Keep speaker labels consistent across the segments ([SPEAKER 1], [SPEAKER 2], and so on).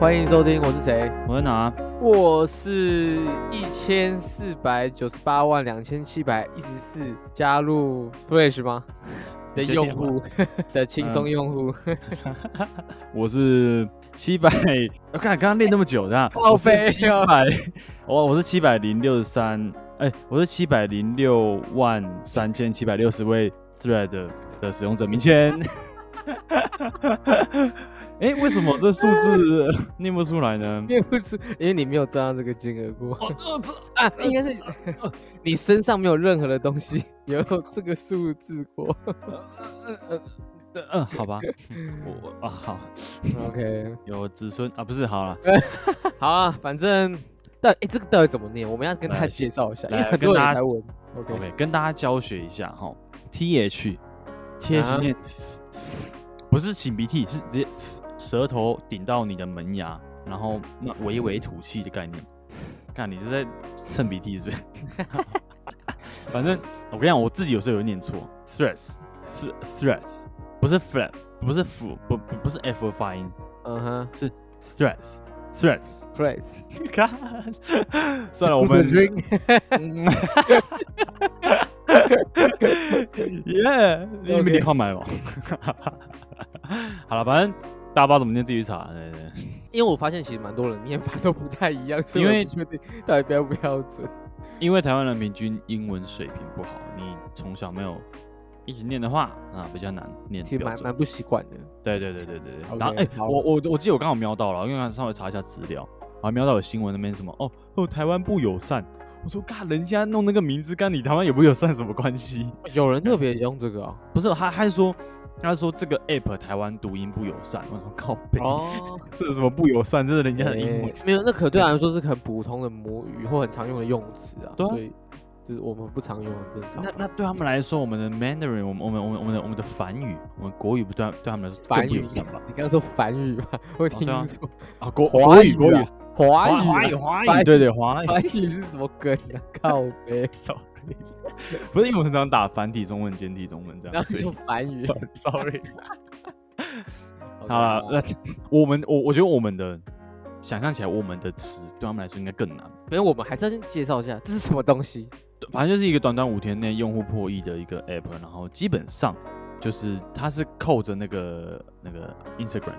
[SPEAKER 1] 欢迎收听，我是谁？
[SPEAKER 2] 我在哪？
[SPEAKER 1] 我是一千四百九十八万两千七百一十四加入 Flash 吗？的
[SPEAKER 2] 你确
[SPEAKER 1] 用
[SPEAKER 2] 定吗嗯
[SPEAKER 1] 户 的轻松用户，
[SPEAKER 2] 我是七百，我看刚刚练那么久的，
[SPEAKER 1] 报废哦
[SPEAKER 2] 七百， 我我是七百零六十三，哎，我是七百零六万三千七百六十位 Thread 的的使用者名签。 哎、为什么这数 字念不出来呢？
[SPEAKER 1] 念不出，因为你没有赚到这个金额过
[SPEAKER 2] 哦我饿着，
[SPEAKER 1] 啊，应该是 你身上没有任何的东西有这个数字过。
[SPEAKER 2] 呃呃对嗯，好吧，我我啊好，
[SPEAKER 1] OK，
[SPEAKER 2] 有子孙啊，不是好了，
[SPEAKER 1] 好啊，反正但哎，这个到底怎么念？我们要跟大家
[SPEAKER 2] 来
[SPEAKER 1] 介绍一下，因
[SPEAKER 2] 来
[SPEAKER 1] 为很
[SPEAKER 2] 跟
[SPEAKER 1] 多人
[SPEAKER 2] 大
[SPEAKER 1] 来
[SPEAKER 2] 家
[SPEAKER 1] 问。OK，
[SPEAKER 2] OK，跟大家教学一下哈，T H T
[SPEAKER 1] 啊
[SPEAKER 2] H 念，不是擤鼻涕，是直接舌头顶到你的门牙，然后慢微微吐气的概念。看你是在蹭鼻涕是不 是？反正我跟你讲，我自己有时候也会念错，threads threads 不是 flat，不是 f 不不不是 f 的发音，
[SPEAKER 1] 嗯哼
[SPEAKER 2] 是 threads threads。
[SPEAKER 1] ，Praise。
[SPEAKER 2] 看，算了，我们 嗯耶！你们
[SPEAKER 1] OK
[SPEAKER 2] 你看买了吗？ 好了，反正大家不知道怎么念，自己去查。对对对
[SPEAKER 1] 因为我发现其实蛮多人念法都不太一样，所以
[SPEAKER 2] 因
[SPEAKER 1] 我
[SPEAKER 2] 为
[SPEAKER 1] 不确定到底标不标准。
[SPEAKER 2] 因为台湾人平均英文水平不好，你从小没有一直念的话啊，比较难念
[SPEAKER 1] 其实
[SPEAKER 2] 标
[SPEAKER 1] 蛮
[SPEAKER 2] 准。
[SPEAKER 1] 蛮不习惯的。
[SPEAKER 2] 对对对对对对。
[SPEAKER 1] OK，
[SPEAKER 2] 然后哎、
[SPEAKER 1] 好
[SPEAKER 2] 我我我记得我刚好瞄到了，因为刚才稍微查一下资料，我还瞄到有新闻那边什么哦哦台湾不友善，我说嘎人家弄那个名字跟你台湾有不友善什么关系？
[SPEAKER 1] 有人特别用这个哦。
[SPEAKER 2] 不是他他是说他说这个 app 台湾读音不友善，我说靠背，
[SPEAKER 1] 哦，
[SPEAKER 2] 这有什么不友善？这是人家的英文。
[SPEAKER 1] 没有，那可对我来说是很普通的母语或很常用的用词啊，
[SPEAKER 2] 对啊
[SPEAKER 1] 所以就是我们不常用，很正常
[SPEAKER 2] 那。那对他们来说，我们的 Mandarin，我们我们我们我们的我们的梵语，我们国语不对他对他们来说
[SPEAKER 1] 梵
[SPEAKER 2] 更不
[SPEAKER 1] 语
[SPEAKER 2] 友善吧？
[SPEAKER 1] 你刚刚说梵语吧，我听
[SPEAKER 2] 对啊
[SPEAKER 1] 说
[SPEAKER 2] 啊，国
[SPEAKER 1] 华
[SPEAKER 2] 国
[SPEAKER 1] 语
[SPEAKER 2] 语国语
[SPEAKER 1] 啊华语
[SPEAKER 2] 华语
[SPEAKER 1] 啊
[SPEAKER 2] 华
[SPEAKER 1] 华
[SPEAKER 2] 语，对对华语。
[SPEAKER 1] 华语是什么梗 啊？靠呗，
[SPEAKER 2] sorry，不是因为我们常常打繁体中文、简体中文 这
[SPEAKER 1] 然
[SPEAKER 2] 样，
[SPEAKER 1] 后
[SPEAKER 2] 啊所
[SPEAKER 1] 用
[SPEAKER 2] 以
[SPEAKER 1] 梵语。
[SPEAKER 2] sorry。
[SPEAKER 1] OK，
[SPEAKER 2] 好了，那我们我我觉得我们的想象起来，我们的词对他们来说应该更难。
[SPEAKER 1] 没有，我们还是要先介绍一下这是什么东西。
[SPEAKER 2] 反正就是一个短短五天内用户破亿的一个 app，然后基本上就是它是扣着那个那个 Instagram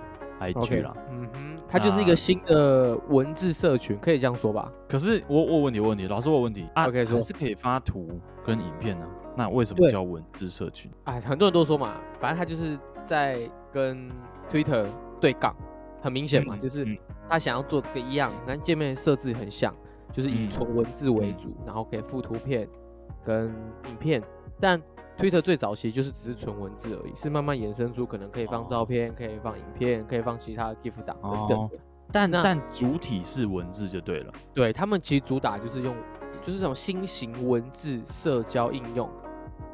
[SPEAKER 1] OK，
[SPEAKER 2] IG 啦。
[SPEAKER 1] 嗯哼，它就是一个
[SPEAKER 2] 那
[SPEAKER 1] 新的文字社群，可以这样说吧？
[SPEAKER 2] 可是我我问你个问题，老师我有问题啊
[SPEAKER 1] OK，说
[SPEAKER 2] 还是可以发图跟影片呢、那为什
[SPEAKER 1] 对
[SPEAKER 2] 么叫文字社群？
[SPEAKER 1] 哎，很多人都说嘛，反正它就是在跟 Twitter 对杠，很明显嘛，
[SPEAKER 2] 嗯
[SPEAKER 1] 就是
[SPEAKER 2] 嗯
[SPEAKER 1] 他想要做这个一样，跟界面设置很像，就是以
[SPEAKER 2] 嗯
[SPEAKER 1] 纯文字为主，然后可以附图片跟影片，但。Twitter 最早期就是只是纯文字而已，是慢慢延伸出可能可以放
[SPEAKER 2] 哦
[SPEAKER 1] 照片、可以放影片、可以放其他的 GIF 档等等
[SPEAKER 2] 哦
[SPEAKER 1] 的。
[SPEAKER 2] 但
[SPEAKER 1] 那
[SPEAKER 2] 但主体是文字就对了。
[SPEAKER 1] 对他们其实主打就是用，就是这种新型文字社交应用。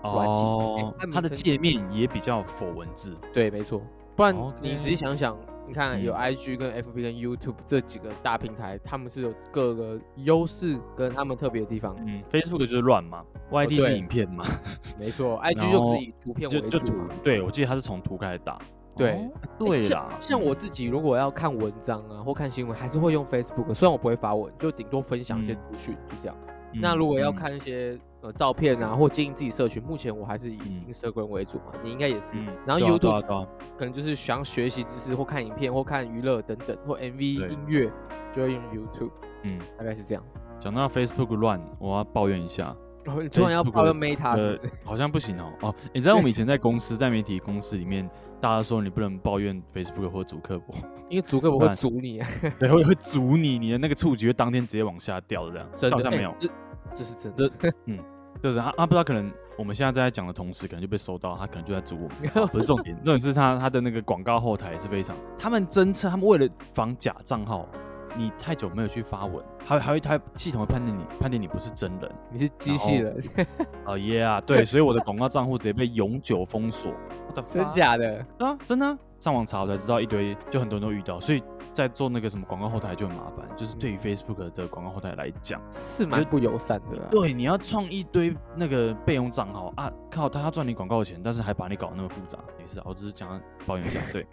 [SPEAKER 1] 软体
[SPEAKER 2] 哦
[SPEAKER 1] 哎它，名
[SPEAKER 2] 它的
[SPEAKER 1] 称
[SPEAKER 2] 界面也比较否文字。
[SPEAKER 1] 对，没错。不然你
[SPEAKER 2] OK
[SPEAKER 1] 仔细想想，你看有
[SPEAKER 2] 嗯
[SPEAKER 1] IG 跟 FB 跟 YouTube 这几个大平台，他们是有各个优势跟他们特别的地方。
[SPEAKER 2] 嗯，Facebook 就是乱嘛
[SPEAKER 1] 哦对
[SPEAKER 2] ，YT 是影片嘛，
[SPEAKER 1] 没错，IG
[SPEAKER 2] 然
[SPEAKER 1] 就
[SPEAKER 2] 后
[SPEAKER 1] 是以图片
[SPEAKER 2] 就
[SPEAKER 1] 为
[SPEAKER 2] 就
[SPEAKER 1] 主
[SPEAKER 2] 图
[SPEAKER 1] 嘛。。
[SPEAKER 2] 对，我记得它是从图开始打。
[SPEAKER 1] 对
[SPEAKER 2] 哦
[SPEAKER 1] 诶
[SPEAKER 2] 对
[SPEAKER 1] 像，
[SPEAKER 2] 啦
[SPEAKER 1] 像我
[SPEAKER 2] 嗯
[SPEAKER 1] 自己如果要看文章啊或看新闻，还是会用 Facebook，虽然我不会发文，就顶多分享一些
[SPEAKER 2] 嗯
[SPEAKER 1] 资讯，就这样。那
[SPEAKER 2] 嗯
[SPEAKER 1] 如果要
[SPEAKER 2] 嗯
[SPEAKER 1] 看一些呃照片啊或经营自己社群，目前我还是以
[SPEAKER 2] 嗯
[SPEAKER 1] Instagram 为主嘛，你应该也是
[SPEAKER 2] 嗯。，
[SPEAKER 1] 然后
[SPEAKER 2] 对啊
[SPEAKER 1] YouTube
[SPEAKER 2] 对啊对啊
[SPEAKER 1] 可能就是想要学习知识或看影片或看娱乐等等或 MV
[SPEAKER 2] 对
[SPEAKER 1] 音乐，就会用 YouTube，
[SPEAKER 2] 嗯，
[SPEAKER 1] 大概是这样子。
[SPEAKER 2] 讲到 Facebook 乱，我要抱怨一下，
[SPEAKER 1] 然后你突然要
[SPEAKER 2] Facebook
[SPEAKER 1] 抱怨 Meta 是不是？
[SPEAKER 2] 好像不行哦。哦，你知道我们以前在公司，在媒体公司里面，大家说你不能抱怨 Facebook 或主客博，
[SPEAKER 1] 因为主客不
[SPEAKER 2] 不
[SPEAKER 1] 会
[SPEAKER 2] 然
[SPEAKER 1] 阻你啊，
[SPEAKER 2] 对，会会阻你，你的那个触觉当天直接往下掉的这样。
[SPEAKER 1] 真的
[SPEAKER 2] 好像
[SPEAKER 1] 哎
[SPEAKER 2] 没有，
[SPEAKER 1] 这这是真的。
[SPEAKER 2] 这就是他他不知道可能。我们现在在讲的同时，可能就被收到，他可能就在阻我们。不是重点， 重点是他他的那个广告后台是非常，他们侦测，他们为了防假账号，你太久没有去发文，还还会他系统会判定你判定你不是真人，
[SPEAKER 1] 你是机器人，
[SPEAKER 2] 哦耶啊，对，所以我的广告账户直接被永久封锁。我的
[SPEAKER 1] 真？假的？
[SPEAKER 2] 啊，真的啊、上网查我才知道一堆，就很多人都遇到，所以在做那个什么广告后台就很麻烦，就是
[SPEAKER 1] 嗯
[SPEAKER 2] 对于 Facebook 的广告后台来讲，
[SPEAKER 1] 是蛮
[SPEAKER 2] 就
[SPEAKER 1] 不友善的啦。
[SPEAKER 2] 对，你要创一堆那个备用账号啊，靠，他要赚你广告的钱，但是还把你搞得那么复杂，也是啊，我只是讲 抱怨一下，对，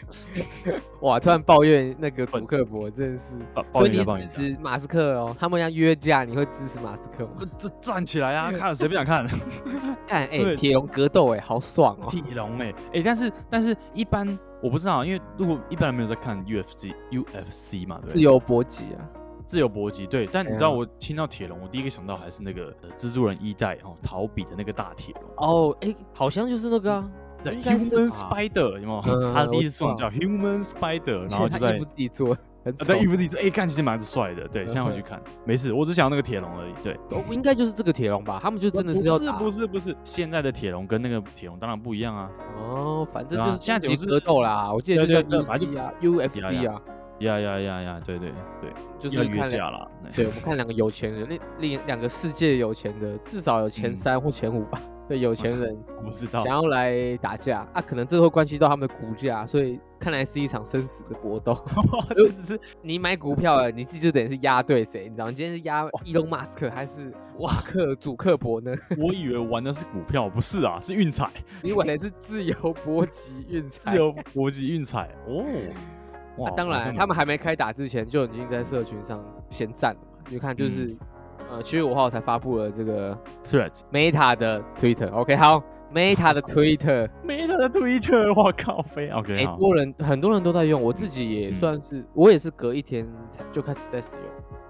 [SPEAKER 1] 哇，突然抱怨那个
[SPEAKER 2] 笨
[SPEAKER 1] 祖克伯，真的是。
[SPEAKER 2] 抱抱
[SPEAKER 1] 所以
[SPEAKER 2] 怨一
[SPEAKER 1] 你
[SPEAKER 2] 下，抱怨
[SPEAKER 1] 支
[SPEAKER 2] 一下，
[SPEAKER 1] 持马斯克哦？他们要约架，你会支持马斯克吗？
[SPEAKER 2] 这这站起来啊，看谁不 想看？
[SPEAKER 1] 看，哎、
[SPEAKER 2] 对
[SPEAKER 1] 铁笼格斗，哎，好爽哦！
[SPEAKER 2] 体龙哎哎，但是但是一般我不知道，因为如果一般人没有在看 UFC UFC 嘛，对不对，
[SPEAKER 1] 自由搏击啊，
[SPEAKER 2] 自由搏击，对。但你
[SPEAKER 1] 哎呀
[SPEAKER 2] 知道我听到铁笼，我第一个想到还是那个呃蜘蛛人一代哦，逃避的那个大铁笼，
[SPEAKER 1] 哦，哎、好像就是那个啊，
[SPEAKER 2] 对
[SPEAKER 1] 应该是
[SPEAKER 2] ，Human
[SPEAKER 1] 吧
[SPEAKER 2] Spider 有没有？
[SPEAKER 1] 嗯
[SPEAKER 2] 他的第
[SPEAKER 1] 我
[SPEAKER 2] 一次
[SPEAKER 1] 知
[SPEAKER 2] 创叫 Human Spider，然后就
[SPEAKER 1] 他
[SPEAKER 2] 在
[SPEAKER 1] 衣服自己做，很
[SPEAKER 2] 啊
[SPEAKER 1] 丑
[SPEAKER 2] 在。衣服自己说，哎，看起来蛮帅的，对，
[SPEAKER 1] 嗯
[SPEAKER 2] 现在回去看，没事，我只想要那个铁笼而已，对。
[SPEAKER 1] 哦应该就是这个铁笼吧？他们就真的
[SPEAKER 2] 不
[SPEAKER 1] 是要
[SPEAKER 2] 是
[SPEAKER 1] 打
[SPEAKER 2] 不是不是，现在的铁笼跟那个铁笼当然不一样啊，
[SPEAKER 1] 哦，反正
[SPEAKER 2] 对啊
[SPEAKER 1] 就是
[SPEAKER 2] 现在
[SPEAKER 1] 终极
[SPEAKER 2] 只是
[SPEAKER 1] 格斗啦，我记得就
[SPEAKER 2] 对
[SPEAKER 1] 叫
[SPEAKER 2] 对对反正
[SPEAKER 1] UFC 啊，UFC 啊，
[SPEAKER 2] 呀呀呀呀，对对对，
[SPEAKER 1] 就
[SPEAKER 2] 要
[SPEAKER 1] 是
[SPEAKER 2] 约
[SPEAKER 1] 看两，
[SPEAKER 2] 架啦，
[SPEAKER 1] 对我们看两个有钱人，那另两个世界有钱的，至少有前
[SPEAKER 2] 嗯
[SPEAKER 1] 三或前五吧的有钱人
[SPEAKER 2] 我不知道
[SPEAKER 1] 想，要来打架啊，可能这会关系到他们的股价，所以看来是一场生死的搏斗。
[SPEAKER 2] 真的是
[SPEAKER 1] 你买股票了，你自己就等于是压对谁，你知道？你今天是压伊隆马斯克还是
[SPEAKER 2] 哇，
[SPEAKER 1] 克主克伯呢？
[SPEAKER 2] 我以为玩的是股票，不是啊，是运彩。
[SPEAKER 1] 你玩的是自由搏击运彩
[SPEAKER 2] 自。由搏击运彩哦。哇
[SPEAKER 1] 啊、当
[SPEAKER 2] 好像
[SPEAKER 1] 然，
[SPEAKER 2] 有
[SPEAKER 1] 他们还没开打之前就已经在社群上先战了嘛。你看，
[SPEAKER 2] 嗯
[SPEAKER 1] 就是、呃七月五号才发布了这个
[SPEAKER 2] Threat
[SPEAKER 1] Meta 的 Twitter。OK，好，Meta 的 Twitter，
[SPEAKER 2] 没他的 Twitter，我靠，飞 OK
[SPEAKER 1] 哎、
[SPEAKER 2] 好，
[SPEAKER 1] 多人很多人都在用，我自己也
[SPEAKER 2] 啊嗯
[SPEAKER 1] 算是，我也是隔一天才就开始在使用，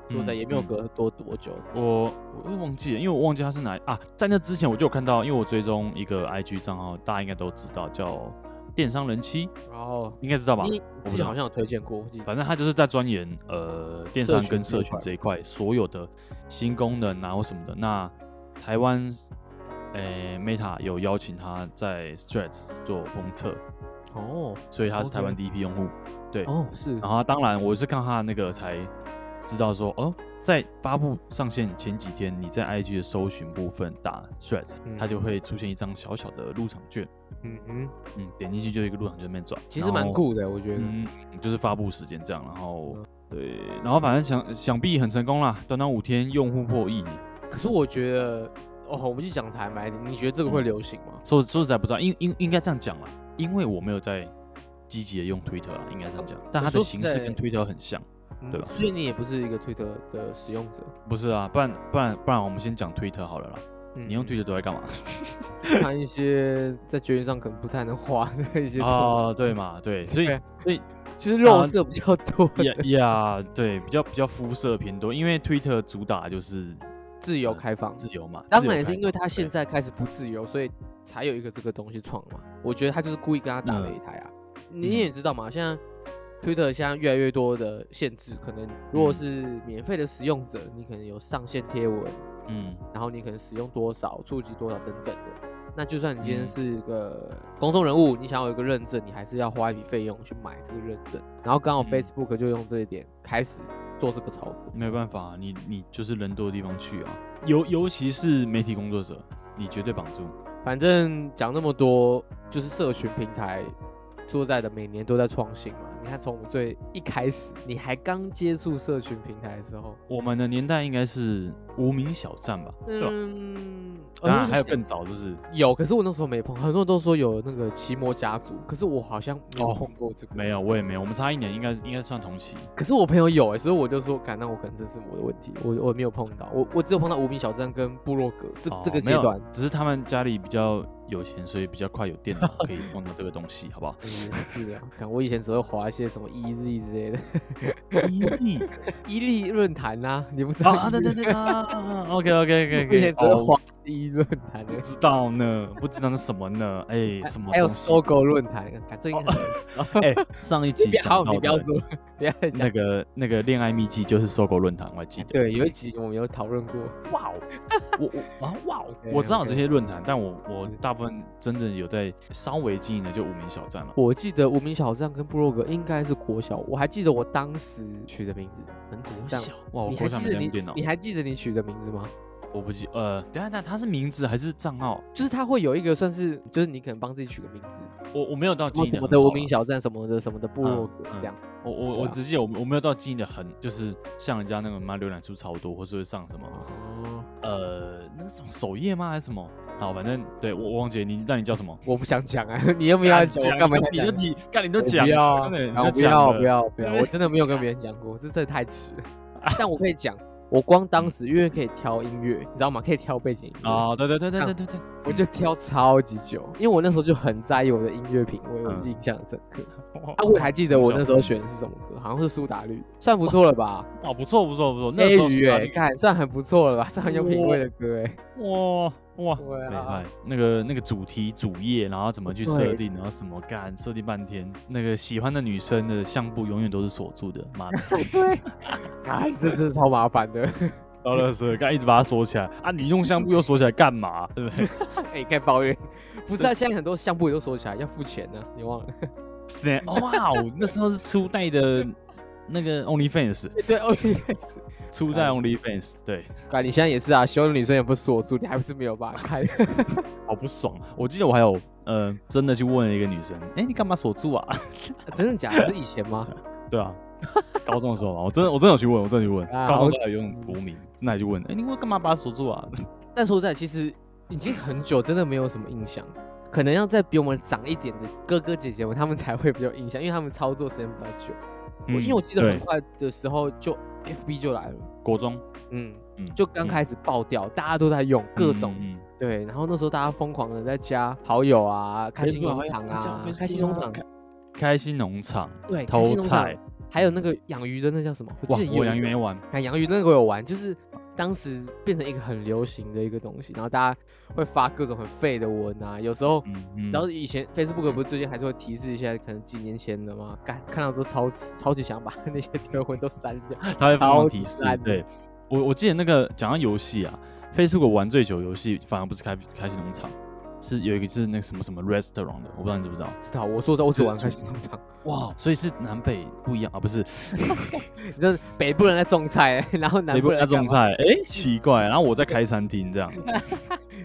[SPEAKER 1] 说实在
[SPEAKER 2] 嗯
[SPEAKER 1] 也没有
[SPEAKER 2] 嗯
[SPEAKER 1] 隔多多久。
[SPEAKER 2] 我我又忘记了，因为我忘记他是哪啊，在那之前我就有看到，因为我追踪一个 IG 账号，大家应该都知道叫电商人妻，
[SPEAKER 1] 然后
[SPEAKER 2] 应该知道吧？
[SPEAKER 1] 你之
[SPEAKER 2] 我不知
[SPEAKER 1] 前
[SPEAKER 2] 道
[SPEAKER 1] 好像有推荐过，我记得
[SPEAKER 2] 反正他就是在钻研呃电
[SPEAKER 1] 社
[SPEAKER 2] 商
[SPEAKER 1] 群
[SPEAKER 2] 跟
[SPEAKER 1] 这一
[SPEAKER 2] 社群
[SPEAKER 1] 块
[SPEAKER 2] 这一块所有的新功能啊或什么的。那台湾诶、Meta 有邀请他在 Threads 做封测，
[SPEAKER 1] 哦
[SPEAKER 2] 所以他是台
[SPEAKER 1] OK
[SPEAKER 2] 湾第一批用户。对，
[SPEAKER 1] 哦是
[SPEAKER 2] 然后当然我是看他那个才知道说，哦，在发布上线前几天，你在 IG 的搜寻部分打 Threads，、
[SPEAKER 1] 嗯
[SPEAKER 2] 它就会出现一张小小的入场券，
[SPEAKER 1] 嗯哼，
[SPEAKER 2] 嗯，点进去就有一个入场券在那边转，
[SPEAKER 1] 其实蛮
[SPEAKER 2] 然后，
[SPEAKER 1] 酷的，嗯我觉得。
[SPEAKER 2] 嗯，就是发布时间这样，然后对，然后反正想想必很成功啦，短短五天用户破亿。
[SPEAKER 1] 可是我觉得，哦，我们就讲坦白一点，你觉得这个
[SPEAKER 2] 嗯
[SPEAKER 1] 会流行吗？
[SPEAKER 2] 说说实在不知道，应应应该这样讲啦，因为我没有在积极的用 Twitter 啊，应该这样讲，但它的
[SPEAKER 1] 说实
[SPEAKER 2] 形式跟
[SPEAKER 1] 在
[SPEAKER 2] Twitter 很像。
[SPEAKER 1] 嗯
[SPEAKER 2] 对吧
[SPEAKER 1] 所以你也不是一个推特的使用者。
[SPEAKER 2] 不是啊，不然不然不然，我们先讲推特好了啦。你用推
[SPEAKER 1] 特
[SPEAKER 2] 特都在干嘛？
[SPEAKER 1] 看一些在绝缘上可能不太能花的一些东西，
[SPEAKER 2] 哦，对嘛，对，所以
[SPEAKER 1] 对
[SPEAKER 2] 所以啊
[SPEAKER 1] 其实肉色比较多的，
[SPEAKER 2] 呀呀，对，比较比较肤色偏多，因为推特主打就是
[SPEAKER 1] 自由开放。
[SPEAKER 2] 自由嘛。
[SPEAKER 1] 当
[SPEAKER 2] 自由
[SPEAKER 1] 然也是
[SPEAKER 2] 开
[SPEAKER 1] 因为
[SPEAKER 2] 放
[SPEAKER 1] 他现
[SPEAKER 2] 对
[SPEAKER 1] 在开始不自由，所以才有一个这个东西创嘛。我觉得他就是故意跟他打
[SPEAKER 2] 嗯
[SPEAKER 1] 擂台啊。你也知道嘛，现在推特现在越来越多的限制，可能如果
[SPEAKER 2] 嗯
[SPEAKER 1] 是免费的使用者，你可能有上限贴文，
[SPEAKER 2] 嗯
[SPEAKER 1] 然后你可能使用多少、触及多少等等的。那就算你今
[SPEAKER 2] 嗯
[SPEAKER 1] 天是个公众人物，你想要有一个认证，你还是要花一笔费用去买这个认证。然后刚好
[SPEAKER 2] 嗯
[SPEAKER 1] Facebook 就用这一点开始做这个操作。
[SPEAKER 2] 没有办法，啊你你就是人多的地方去啊，尤尤其是媒体工作者，你绝对绑住。
[SPEAKER 1] 反正讲那么多，就是社群平台说实在的，每年都在创新嘛。你看，从我们最一开始，你还刚接触社群平台的时候，
[SPEAKER 2] 我们的年代应该是无名小站吧，对吧？
[SPEAKER 1] 嗯，
[SPEAKER 2] 嗯当然
[SPEAKER 1] 很多人
[SPEAKER 2] 还有
[SPEAKER 1] 是
[SPEAKER 2] 更早，就是
[SPEAKER 1] 有，可是我那时候没碰。很多人都说有那个奇摩家族，可是我好像没有
[SPEAKER 2] 哦
[SPEAKER 1] 碰过这个。
[SPEAKER 2] 没有，我也没有，我们差一年应该应该算同期。
[SPEAKER 1] 可是我朋友有哎、所以我就说，感那我可能这是我的问题，我我没有碰到，我我只有碰到无名小站跟部落格这、
[SPEAKER 2] 哦
[SPEAKER 1] 这个
[SPEAKER 2] 没
[SPEAKER 1] 阶
[SPEAKER 2] 有
[SPEAKER 1] 段。
[SPEAKER 2] 只是他们家里比较有钱，所以比较快有电脑可以用到这个东西， 好不好
[SPEAKER 1] 也是啊，看我以前只会划一些什么 EZ 之类的，
[SPEAKER 2] ？Easy
[SPEAKER 1] 伊利论坛啊，你不知道
[SPEAKER 2] 啊啊对对对啊，OK OK OK
[SPEAKER 1] 我以前
[SPEAKER 2] OK，
[SPEAKER 1] 只会
[SPEAKER 2] 哦，
[SPEAKER 1] 划伊利论坛的
[SPEAKER 2] 不，知道呢，不知道那什么呢？哎，什么
[SPEAKER 1] 还有
[SPEAKER 2] 东西
[SPEAKER 1] 搜狗论坛，看这应该很
[SPEAKER 2] 哎，上一
[SPEAKER 1] 你
[SPEAKER 2] 期
[SPEAKER 1] 不
[SPEAKER 2] 讲
[SPEAKER 1] 要
[SPEAKER 2] 到
[SPEAKER 1] 你不要
[SPEAKER 2] 的
[SPEAKER 1] 说，不要再
[SPEAKER 2] 那
[SPEAKER 1] 讲。
[SPEAKER 2] 个那个恋爱秘籍就是搜狗论坛，我还记得。
[SPEAKER 1] 对，有一集我们有讨论过，
[SPEAKER 2] 哇哦，我我啊哇哦，
[SPEAKER 1] OK，
[SPEAKER 2] 我知道有
[SPEAKER 1] OK
[SPEAKER 2] 这些论坛，但我我大部分真正有在稍微经营的就无名小站了。
[SPEAKER 1] 我记得无名小站跟部落格应该是国小，我还记得我当时取的名字很扯
[SPEAKER 2] 国
[SPEAKER 1] 淡。
[SPEAKER 2] 小哇，我
[SPEAKER 1] 你
[SPEAKER 2] 国
[SPEAKER 1] 还
[SPEAKER 2] 小
[SPEAKER 1] 记
[SPEAKER 2] 没
[SPEAKER 1] 得
[SPEAKER 2] 在用电
[SPEAKER 1] 你
[SPEAKER 2] 脑
[SPEAKER 1] 你，还记得你取的名字吗？
[SPEAKER 2] 我不记呃，等一下等一下，它是名字还是账号？
[SPEAKER 1] 就是他会有一个算是，就是你可能帮自己取个名字，
[SPEAKER 2] 我我没有到
[SPEAKER 1] 什么
[SPEAKER 2] 经营
[SPEAKER 1] 什么
[SPEAKER 2] 得
[SPEAKER 1] 的
[SPEAKER 2] 很好
[SPEAKER 1] 无名
[SPEAKER 2] 啦
[SPEAKER 1] 小站，什么的什么的部落
[SPEAKER 2] 嗯
[SPEAKER 1] 格
[SPEAKER 2] 嗯
[SPEAKER 1] 这样。
[SPEAKER 2] 我我、
[SPEAKER 1] 对
[SPEAKER 2] 我
[SPEAKER 1] 啊
[SPEAKER 2] 只记得我我没有到经营的很，就是像人家那个妈浏览数超多，或是会上什么
[SPEAKER 1] 哦，
[SPEAKER 2] 呃那个什么首页吗还是什么？好，反正对我我忘记了你，那你叫什么？
[SPEAKER 1] 我不想讲啊， 你又没有要讲，我干嘛要
[SPEAKER 2] 你
[SPEAKER 1] 讲
[SPEAKER 2] 都？提，干你都
[SPEAKER 1] 我
[SPEAKER 2] 讲
[SPEAKER 1] 不
[SPEAKER 2] 了，
[SPEAKER 1] 要啊
[SPEAKER 2] 真的你
[SPEAKER 1] 啊，我
[SPEAKER 2] 都
[SPEAKER 1] 不
[SPEAKER 2] 讲
[SPEAKER 1] 要
[SPEAKER 2] 了
[SPEAKER 1] 不要不要，
[SPEAKER 2] 对
[SPEAKER 1] 我真的没有跟别人讲过，这真的太迟了。 但我可以讲，我光当时因为可以挑音乐，你知道吗？可以挑背景音乐，
[SPEAKER 2] 哦，对对对对
[SPEAKER 1] 这
[SPEAKER 2] 对
[SPEAKER 1] 样
[SPEAKER 2] 对对，
[SPEAKER 1] 我就挑超级久，因为我那时候就很在意我的音乐品味，我
[SPEAKER 2] 嗯
[SPEAKER 1] 印象很深刻。
[SPEAKER 2] 哇
[SPEAKER 1] 啊，我还记得我那时候选的是什么歌，好像是苏打绿，算不错了吧
[SPEAKER 2] 哇不错不错不错，那
[SPEAKER 1] ？A
[SPEAKER 2] 时候
[SPEAKER 1] 鱼哎，
[SPEAKER 2] 哎，
[SPEAKER 1] 看算很不错了吧，是很有品味的歌哎。
[SPEAKER 2] 哇哇，
[SPEAKER 1] 对
[SPEAKER 2] 厉
[SPEAKER 1] 啊
[SPEAKER 2] 害，那个那个主题主页，然后怎么去设
[SPEAKER 1] 对
[SPEAKER 2] 定，然后什么干设定半天，那个喜欢的女生的相簿永远都是锁住的，妈的，
[SPEAKER 1] 哎，这真是超麻烦的。
[SPEAKER 2] 到了时候干一直把它锁起来啊，你用相簿又锁起来干嘛？呃对不对？
[SPEAKER 1] 哎，可以抱怨，不是啊？现在很多相簿也都锁起来，要付钱呢，你忘了？
[SPEAKER 2] 是啊哇哦，那时候是初代的那个 OnlyFans，
[SPEAKER 1] 对，OK。
[SPEAKER 2] 初代
[SPEAKER 1] 嗯
[SPEAKER 2] OnlyFans，对，
[SPEAKER 1] 啊，你现在也是啊，喜欢的女生也不锁住，你还不是没有办法 看。
[SPEAKER 2] 好不爽。我记得我还有呃，真的去问了一个女生，哎、你干嘛锁住啊？
[SPEAKER 1] 真的假的？是以前吗？
[SPEAKER 2] 对啊，高中的时候嘛，我真的我真的有去问，我真的去问，
[SPEAKER 1] 啊
[SPEAKER 2] 高中
[SPEAKER 1] 好
[SPEAKER 2] 的时候还有用
[SPEAKER 1] 死
[SPEAKER 2] 国民，真的还去问，哎、你为干嘛把它锁住啊？
[SPEAKER 1] 但说实在，其实已经很久，真的没有什么印象。可能要再比我们长一点的哥哥姐姐们，他们才会比较有印象，因为他们操作时间比较久。我因为我记得
[SPEAKER 2] 嗯对
[SPEAKER 1] 很快的时候就 FB 就来了，
[SPEAKER 2] 国中，
[SPEAKER 1] 嗯，
[SPEAKER 2] 嗯，
[SPEAKER 1] 就刚开
[SPEAKER 2] 始
[SPEAKER 1] 始爆掉，大家都在用各种、
[SPEAKER 2] 嗯
[SPEAKER 1] 对，然后那时候大家疯狂的在加好友啊，开心农场啊，开心农场，
[SPEAKER 2] 开心农场，
[SPEAKER 1] 对，开
[SPEAKER 2] 偷
[SPEAKER 1] 心农场
[SPEAKER 2] 菜，，
[SPEAKER 1] 还有那个养鱼的那叫什么？
[SPEAKER 2] 哇
[SPEAKER 1] 我记得，也
[SPEAKER 2] 我
[SPEAKER 1] 有
[SPEAKER 2] 杨
[SPEAKER 1] 一
[SPEAKER 2] 鱼
[SPEAKER 1] 个
[SPEAKER 2] 没玩，
[SPEAKER 1] 看洋芋那个我有玩，就是当时变成一个很流行的一个东西，然后大家会发各种很废的文啊，有时候。
[SPEAKER 2] 嗯嗯，
[SPEAKER 1] 只要是以前 Facebook 不是最近还是会提示一下，可能几年前的嘛，看看到都超超级想把 那些贴文都删掉。
[SPEAKER 2] 他会帮
[SPEAKER 1] 超
[SPEAKER 2] 忙
[SPEAKER 1] 级
[SPEAKER 2] 提示
[SPEAKER 1] 烂。的
[SPEAKER 2] 对，我我记得那个讲到游戏啊，Facebook 玩最久游戏反而不是开开心农场，是有一个是那个什么什么 restaurant 的，我不知道你知不知道。
[SPEAKER 1] 知道，我说实话，我只玩
[SPEAKER 2] 这
[SPEAKER 1] 开
[SPEAKER 2] 是
[SPEAKER 1] 心农场。
[SPEAKER 2] 哇，所以是南北不一样啊，不是
[SPEAKER 1] 你知道北部人在种菜， 然后南
[SPEAKER 2] 北
[SPEAKER 1] 部
[SPEAKER 2] 部
[SPEAKER 1] 人
[SPEAKER 2] 在
[SPEAKER 1] 在干
[SPEAKER 2] 种
[SPEAKER 1] 嘛，
[SPEAKER 2] 菜，哎、奇怪，然后我在开餐厅这样，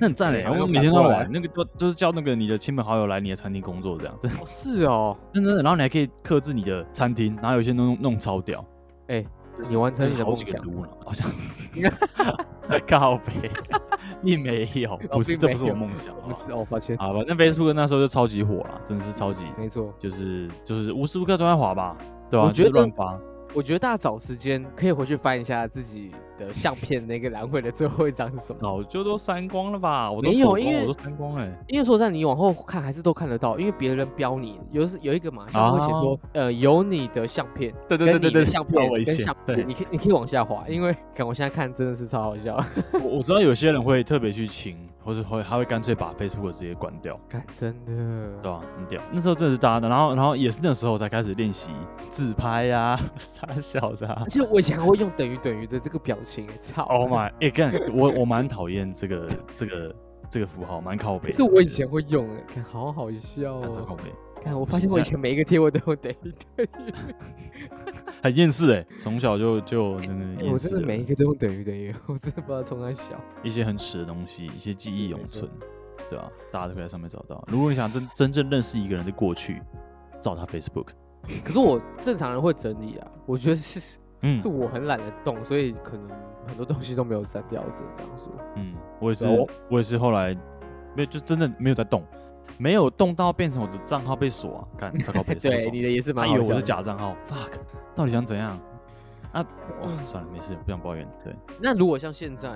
[SPEAKER 2] 那很赞
[SPEAKER 1] 对
[SPEAKER 2] 哎，
[SPEAKER 1] 然后
[SPEAKER 2] 我每
[SPEAKER 1] 反
[SPEAKER 2] 天都要
[SPEAKER 1] 过来
[SPEAKER 2] 玩，那个都就是叫那个你的亲朋好友来你的餐厅工作这样，真的
[SPEAKER 1] 哦是哦。
[SPEAKER 2] 真的，然后你还可以克制你的餐厅，然后有些弄弄超屌，
[SPEAKER 1] 哎，你完成
[SPEAKER 2] 就
[SPEAKER 1] 你
[SPEAKER 2] 是
[SPEAKER 1] 的
[SPEAKER 2] 好
[SPEAKER 1] 梦
[SPEAKER 2] 几个
[SPEAKER 1] 想，
[SPEAKER 2] 毒了，好像 告白， 并没有，不是，
[SPEAKER 1] 哦并
[SPEAKER 2] 这
[SPEAKER 1] 没
[SPEAKER 2] 不是我
[SPEAKER 1] 有
[SPEAKER 2] 梦想，好不
[SPEAKER 1] 不
[SPEAKER 2] 好
[SPEAKER 1] 是哦，抱歉，
[SPEAKER 2] 啊，反正 Facebook 那时候就超级火啦，真的是超级，
[SPEAKER 1] 没错。
[SPEAKER 2] 就是就是无时无刻都在滑吧，对吧、
[SPEAKER 1] 我
[SPEAKER 2] 就
[SPEAKER 1] 觉
[SPEAKER 2] 是
[SPEAKER 1] 得
[SPEAKER 2] 乱发，
[SPEAKER 1] 我觉得大家找时间可以回去翻一下自己的相片那个栏位的最后一张是什么。
[SPEAKER 2] 早就都删光了吧？我都
[SPEAKER 1] 没有
[SPEAKER 2] 锁光
[SPEAKER 1] 因为
[SPEAKER 2] 我都删光哎、
[SPEAKER 1] 因为说实在，你往后看还是都看得到，因为别人标你，有是有一个嘛，上面会写说，呃，有你的相片，
[SPEAKER 2] 对哦对
[SPEAKER 1] 跟
[SPEAKER 2] 对
[SPEAKER 1] 你
[SPEAKER 2] 对
[SPEAKER 1] 的
[SPEAKER 2] 对，
[SPEAKER 1] 相
[SPEAKER 2] 超
[SPEAKER 1] 片
[SPEAKER 2] 危
[SPEAKER 1] 跟
[SPEAKER 2] 险
[SPEAKER 1] 相。片，
[SPEAKER 2] 对，
[SPEAKER 1] 你可以你可以往下滑，因为看我现在看真的是超好笑，
[SPEAKER 2] 我我知道有些人会特别去清，或者会他会干脆把 Facebook 直接关掉，
[SPEAKER 1] 看真的
[SPEAKER 2] 对吧、很屌。那时候真的是大家的，然后然后也是那时候才开始练习自拍呀、啊、 傻笑的、啊
[SPEAKER 1] 而。且我以前还会用等于等于的这个表情，欸操
[SPEAKER 2] Oh my！哎、干，我我蛮讨厌这个这个这个符号，蛮靠背的。
[SPEAKER 1] 是我以
[SPEAKER 2] 觉得
[SPEAKER 1] 前会用，哎，看好好笑
[SPEAKER 2] 干超靠
[SPEAKER 1] 哦，
[SPEAKER 2] 背。
[SPEAKER 1] 看我发现我以前每一个贴我都用等于等
[SPEAKER 2] 很厌世哎、从小就就那个
[SPEAKER 1] 哎于，我
[SPEAKER 2] 厌
[SPEAKER 1] 真
[SPEAKER 2] 世
[SPEAKER 1] 的
[SPEAKER 2] 了
[SPEAKER 1] 每一个都用等于等于，我真的不知道从哪小。
[SPEAKER 2] 一些很耻的东西，一些记忆
[SPEAKER 1] 没
[SPEAKER 2] 永
[SPEAKER 1] 错
[SPEAKER 2] 存，对啊，大家都可以在上面找到。如果你想真真正认识一个人的过去，找他 Facebook，
[SPEAKER 1] 可是我正常人会整理啊，我觉得是
[SPEAKER 2] 嗯
[SPEAKER 1] 是我很懒得动，所以可能很多东西都没有删掉，我只能这样说。
[SPEAKER 2] 嗯，我也是
[SPEAKER 1] 有，
[SPEAKER 2] 我也是后来没有，就真的没有在动，没有动到变成我的账号被锁啊，看糟 糕被锁，
[SPEAKER 1] 对，你的也是
[SPEAKER 2] 他
[SPEAKER 1] 蛮
[SPEAKER 2] 以
[SPEAKER 1] 好
[SPEAKER 2] 为
[SPEAKER 1] 笑
[SPEAKER 2] 我
[SPEAKER 1] 的
[SPEAKER 2] 是。假账号，fuck，到底想怎样？啊，
[SPEAKER 1] 嗯
[SPEAKER 2] 哇，算了，没事，不想抱怨，对，
[SPEAKER 1] 那如果像现在，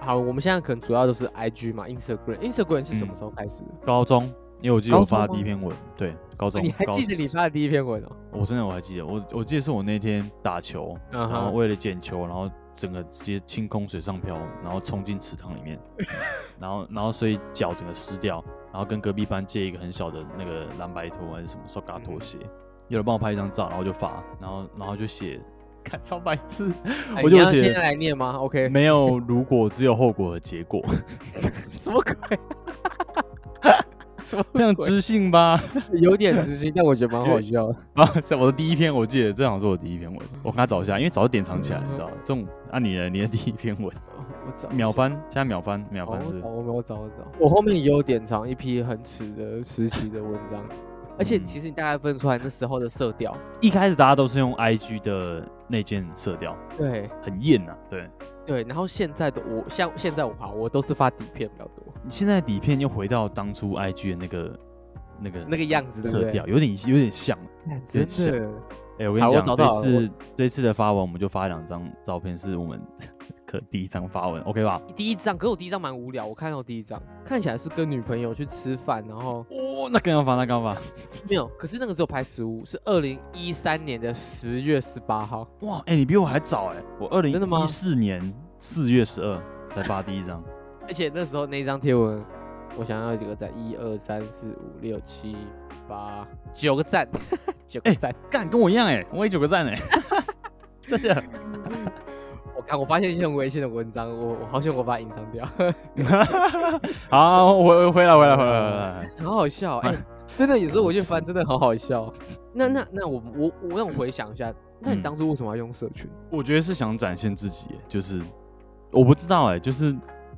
[SPEAKER 1] 好，我们现在可能主要都是 IG 嘛，Instagram，Instagram 是
[SPEAKER 2] 嗯
[SPEAKER 1] 什么时候开始的？
[SPEAKER 2] 高中，因为我记得我
[SPEAKER 1] 高中吗
[SPEAKER 2] 发
[SPEAKER 1] 哦
[SPEAKER 2] 的第一篇文，对，高中，
[SPEAKER 1] 哎你还
[SPEAKER 2] 高
[SPEAKER 1] 记得你发的第一篇文哦？
[SPEAKER 2] 我真的我还记得，我我记得是我那天打球，
[SPEAKER 1] 嗯哼
[SPEAKER 2] 然后为了捡球，然后整个直接清空水上漂，然后冲进池塘里 面，然后然后所以脚整个湿掉，然后跟隔壁班借一个很小的那个蓝白拖还是什么塑胶
[SPEAKER 1] 嗯
[SPEAKER 2] 拖鞋，有人帮我拍一张照，然后就发，然后然后就写，看超白痴，
[SPEAKER 1] 哎
[SPEAKER 2] 我
[SPEAKER 1] 你
[SPEAKER 2] 就
[SPEAKER 1] 要
[SPEAKER 2] 写
[SPEAKER 1] 现在来念吗？OK，
[SPEAKER 2] 没有如果只有后果和结果，
[SPEAKER 1] 什么鬼？ 什么
[SPEAKER 2] 非常
[SPEAKER 1] 鬼
[SPEAKER 2] 知性吧？
[SPEAKER 1] 有点知心，但我觉得蛮好笑的。
[SPEAKER 2] 然后像我的第一篇，我记得这好像是我的第一篇文，我跟他找一下，因为早就典藏起来，你知道，这种按你的你的第一篇文。
[SPEAKER 1] 我找一
[SPEAKER 2] 秒
[SPEAKER 1] 下
[SPEAKER 2] 翻，现在秒翻，秒
[SPEAKER 1] 好，
[SPEAKER 2] 翻
[SPEAKER 1] 哦我
[SPEAKER 2] 啊是
[SPEAKER 1] 找，我没有找，我找。我后面也有典藏一批很耻的时期的文章， 而且
[SPEAKER 2] 嗯
[SPEAKER 1] 其实你大概分出来那时候的色调，
[SPEAKER 2] 一开始大家都是用 IG 的那件色调，
[SPEAKER 1] 对
[SPEAKER 2] 很艳呐、对
[SPEAKER 1] 对，然后现在的我，像现在我好，我都是发底片比较多，
[SPEAKER 2] 你现在底片又回到当初 IG 的那个那个
[SPEAKER 1] 那个样子对不
[SPEAKER 2] 色
[SPEAKER 1] 对
[SPEAKER 2] 调，有点有点像。
[SPEAKER 1] 干
[SPEAKER 2] 真
[SPEAKER 1] 真
[SPEAKER 2] 像
[SPEAKER 1] 的
[SPEAKER 2] 哎、我跟
[SPEAKER 1] 好
[SPEAKER 2] 你
[SPEAKER 1] 我
[SPEAKER 2] 讲，
[SPEAKER 1] 找
[SPEAKER 2] 这
[SPEAKER 1] 到了
[SPEAKER 2] 次这次的发文，我们就发两张照片，是我们 可第一张发文，OK 吧？
[SPEAKER 1] 第一张，可是我第一张蛮无聊，我看到第一张看起来是跟女朋友去吃饭，然后
[SPEAKER 2] 哦，那刚刚发，那刚刚
[SPEAKER 1] 没有，可是那个只有拍十五，是二零一三年的十月十八号，
[SPEAKER 2] 发，哇，哎、你比我还早哎、我二零
[SPEAKER 1] 真的吗
[SPEAKER 2] 一四年四月十二才发第 一张，
[SPEAKER 1] 而且那时候那一张贴文，我想要几个赞，一二三四五六七八九个赞，九个
[SPEAKER 2] 哎
[SPEAKER 1] 赞。
[SPEAKER 2] 干跟我一样哎、我也九个赞哎、 真的。
[SPEAKER 1] 我看我发现一些很危险的文章，我我好想我把它隐藏掉，
[SPEAKER 2] 好，我回来回来回来回来，
[SPEAKER 1] 很好笑哎、真的有时候我去 翻，真的好好笑。那那那我我我让我回想一下，那你
[SPEAKER 2] 嗯
[SPEAKER 1] 当初为什么要用社群？
[SPEAKER 2] 我觉得是想展现自己欸，就是我不知道哎、就是